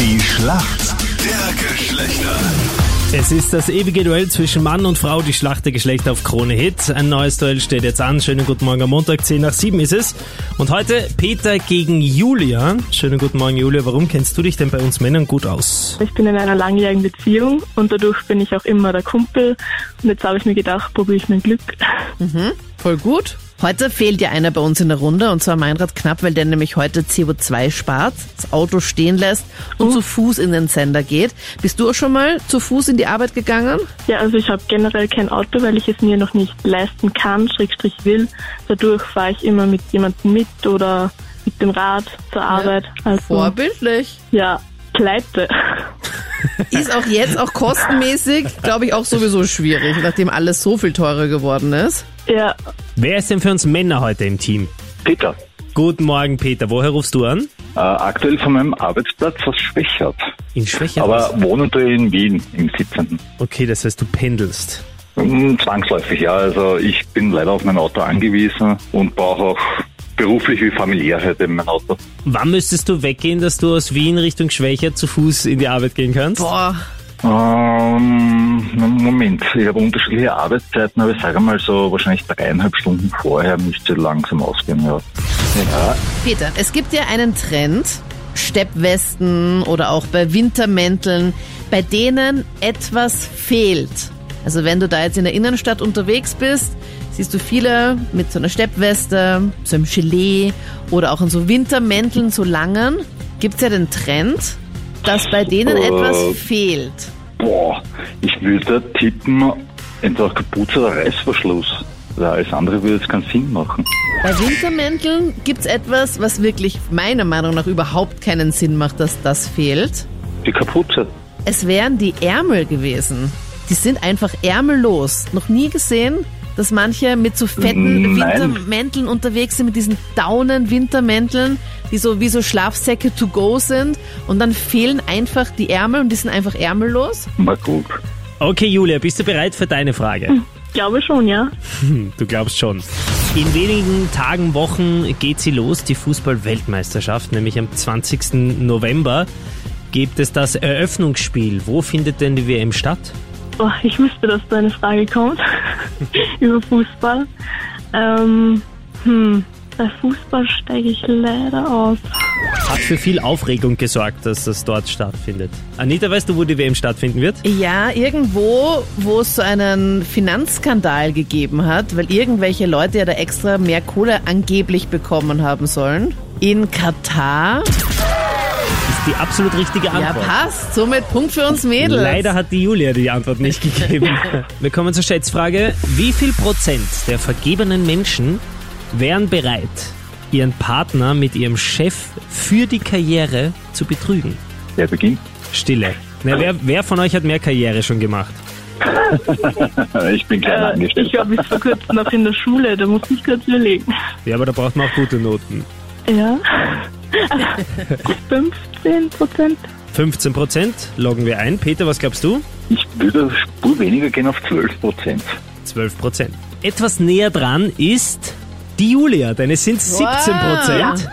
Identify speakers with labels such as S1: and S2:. S1: Schlacht der Geschlechter.
S2: Es ist das ewige Duell zwischen Mann und Frau, die Schlacht der Geschlechter auf Krone Hit. Ein neues Duell steht jetzt an. Schönen guten Morgen am Montag, 10 nach 7 ist es. Und heute Peter gegen Julia. Schönen guten Morgen, Julia. Warum kennst du dich denn bei uns Männern gut aus?
S3: Ich bin in einer langjährigen Beziehung und dadurch bin ich auch immer der Kumpel. Und jetzt habe ich mir gedacht, probiere ich mein Glück.
S4: Voll gut. Heute fehlt ja einer bei uns in der Runde und zwar Meinrad Knapp, weil der nämlich heute CO2 spart, das Auto stehen lässt und zu Fuß in den Sender geht. Bist du auch schon mal zu Fuß in die Arbeit gegangen?
S3: Ja, also ich habe generell kein Auto, weil ich es mir noch nicht leisten kann, schrägstrich will. Dadurch fahre ich immer mit jemandem mit oder mit dem Rad zur Arbeit. Also,
S4: Vorbildlich.
S3: ja, pleite.
S4: Ist auch jetzt auch kostenmäßig, glaube ich, auch sowieso schwierig, nachdem alles so viel teurer geworden ist.
S3: ja,
S2: Wer ist denn für uns Männer heute im Team?
S5: Peter,
S2: Guten Morgen, Peter. Woher rufst du an?
S5: äh, aktuell von meinem Arbeitsplatz aus Schwächert,
S2: In Schwächert.
S5: aber wohne da in Wien im 17.
S2: Okay, das heißt, du pendelst.
S5: Hm, Zwangsläufig, ja. Also ich bin leider auf mein Auto angewiesen und brauche auch beruflich wie familiär halt eben mein Auto.
S2: Wann müsstest du weggehen, dass du aus Wien Richtung Schwächert zu Fuß in die Arbeit gehen kannst?
S4: Boah,
S5: Ähm, na, Moment, ich habe unterschiedliche Arbeitszeiten, aber ich sage mal so wahrscheinlich dreieinhalb Stunden vorher müsste langsam ausgehen, ja. Ja,
S4: Peter, es gibt ja einen Trend, Steppwesten oder auch bei Wintermänteln, bei denen etwas fehlt. Also wenn du da jetzt in der Innenstadt unterwegs bist, siehst du viele mit so einer Steppweste, so einem Gelee oder auch in so Wintermänteln, so langen. Gibt's ja den Trend, dass bei denen
S5: Äh.
S4: etwas fehlt.
S5: boah, ich würde tippen, entweder Kapuze oder Reißverschluss. Weil alles andere würde jetzt keinen Sinn machen.
S4: Bei Wintermänteln gibt's etwas, was wirklich meiner Meinung nach überhaupt keinen Sinn macht, dass das fehlt.
S5: Die Kapuze.
S4: Es wären die Ärmel gewesen. Die sind einfach ärmellos. Noch nie gesehen, dass manche mit so fetten
S2: Mm,
S5: Nein.
S4: Wintermänteln unterwegs sind, mit diesen daunen Wintermänteln, die so wie so Schlafsäcke to go sind. Und dann fehlen einfach die Ärmel und die sind einfach ärmellos.
S5: Na gut.
S2: Okay, Julia, bist du bereit für deine Frage?
S3: glaube schon, ja.
S2: Du glaubst schon. In wenigen Tagen, Wochen geht sie los, die Fußball-Weltmeisterschaft, nämlich am 20. November gibt es das Eröffnungsspiel. Wo findet denn die WM statt?
S3: Boah, Oh, ich wusste, dass da eine Frage kommt über Fußball. Ähm, hm, bei Fußball steige ich leider aus.
S2: Hat für viel Aufregung gesorgt, dass das dort stattfindet. Anita, weißt du, wo die WM stattfinden wird?
S4: Ja, irgendwo, wo es so einen Finanzskandal gegeben hat, weil irgendwelche Leute ja da extra mehr Kohle angeblich bekommen haben sollen. In Katar.
S2: Ist die absolut richtige
S4: Ja,
S2: Antwort.
S4: passt. Somit Punkt für uns Mädels.
S2: Leider hat die Julia die Antwort nicht gegeben. Wir kommen zur Schätzfrage. Wie viel Prozent der vergebenen Menschen wären bereit, ihren Partner mit ihrem Chef für die Karriere zu betrügen?
S5: Wer beginnt?
S2: Stille. Na, wer, wer von euch hat mehr Karriere schon gemacht?
S5: Ich bin kleiner
S3: Äh, ich
S5: Angestellter.
S3: war bis vor kurzem noch in der Schule, da muss ich kurz überlegen.
S2: Ja, aber da braucht man auch gute Noten.
S3: Ja. 15 Prozent?
S2: 15 Prozent loggen wir ein. Peter, was glaubst du?
S5: Ich würde Spur weniger gehen auf 12 Prozent.
S2: 12 Prozent. Etwas näher dran ist die Julia, denn es sind 17 Prozent.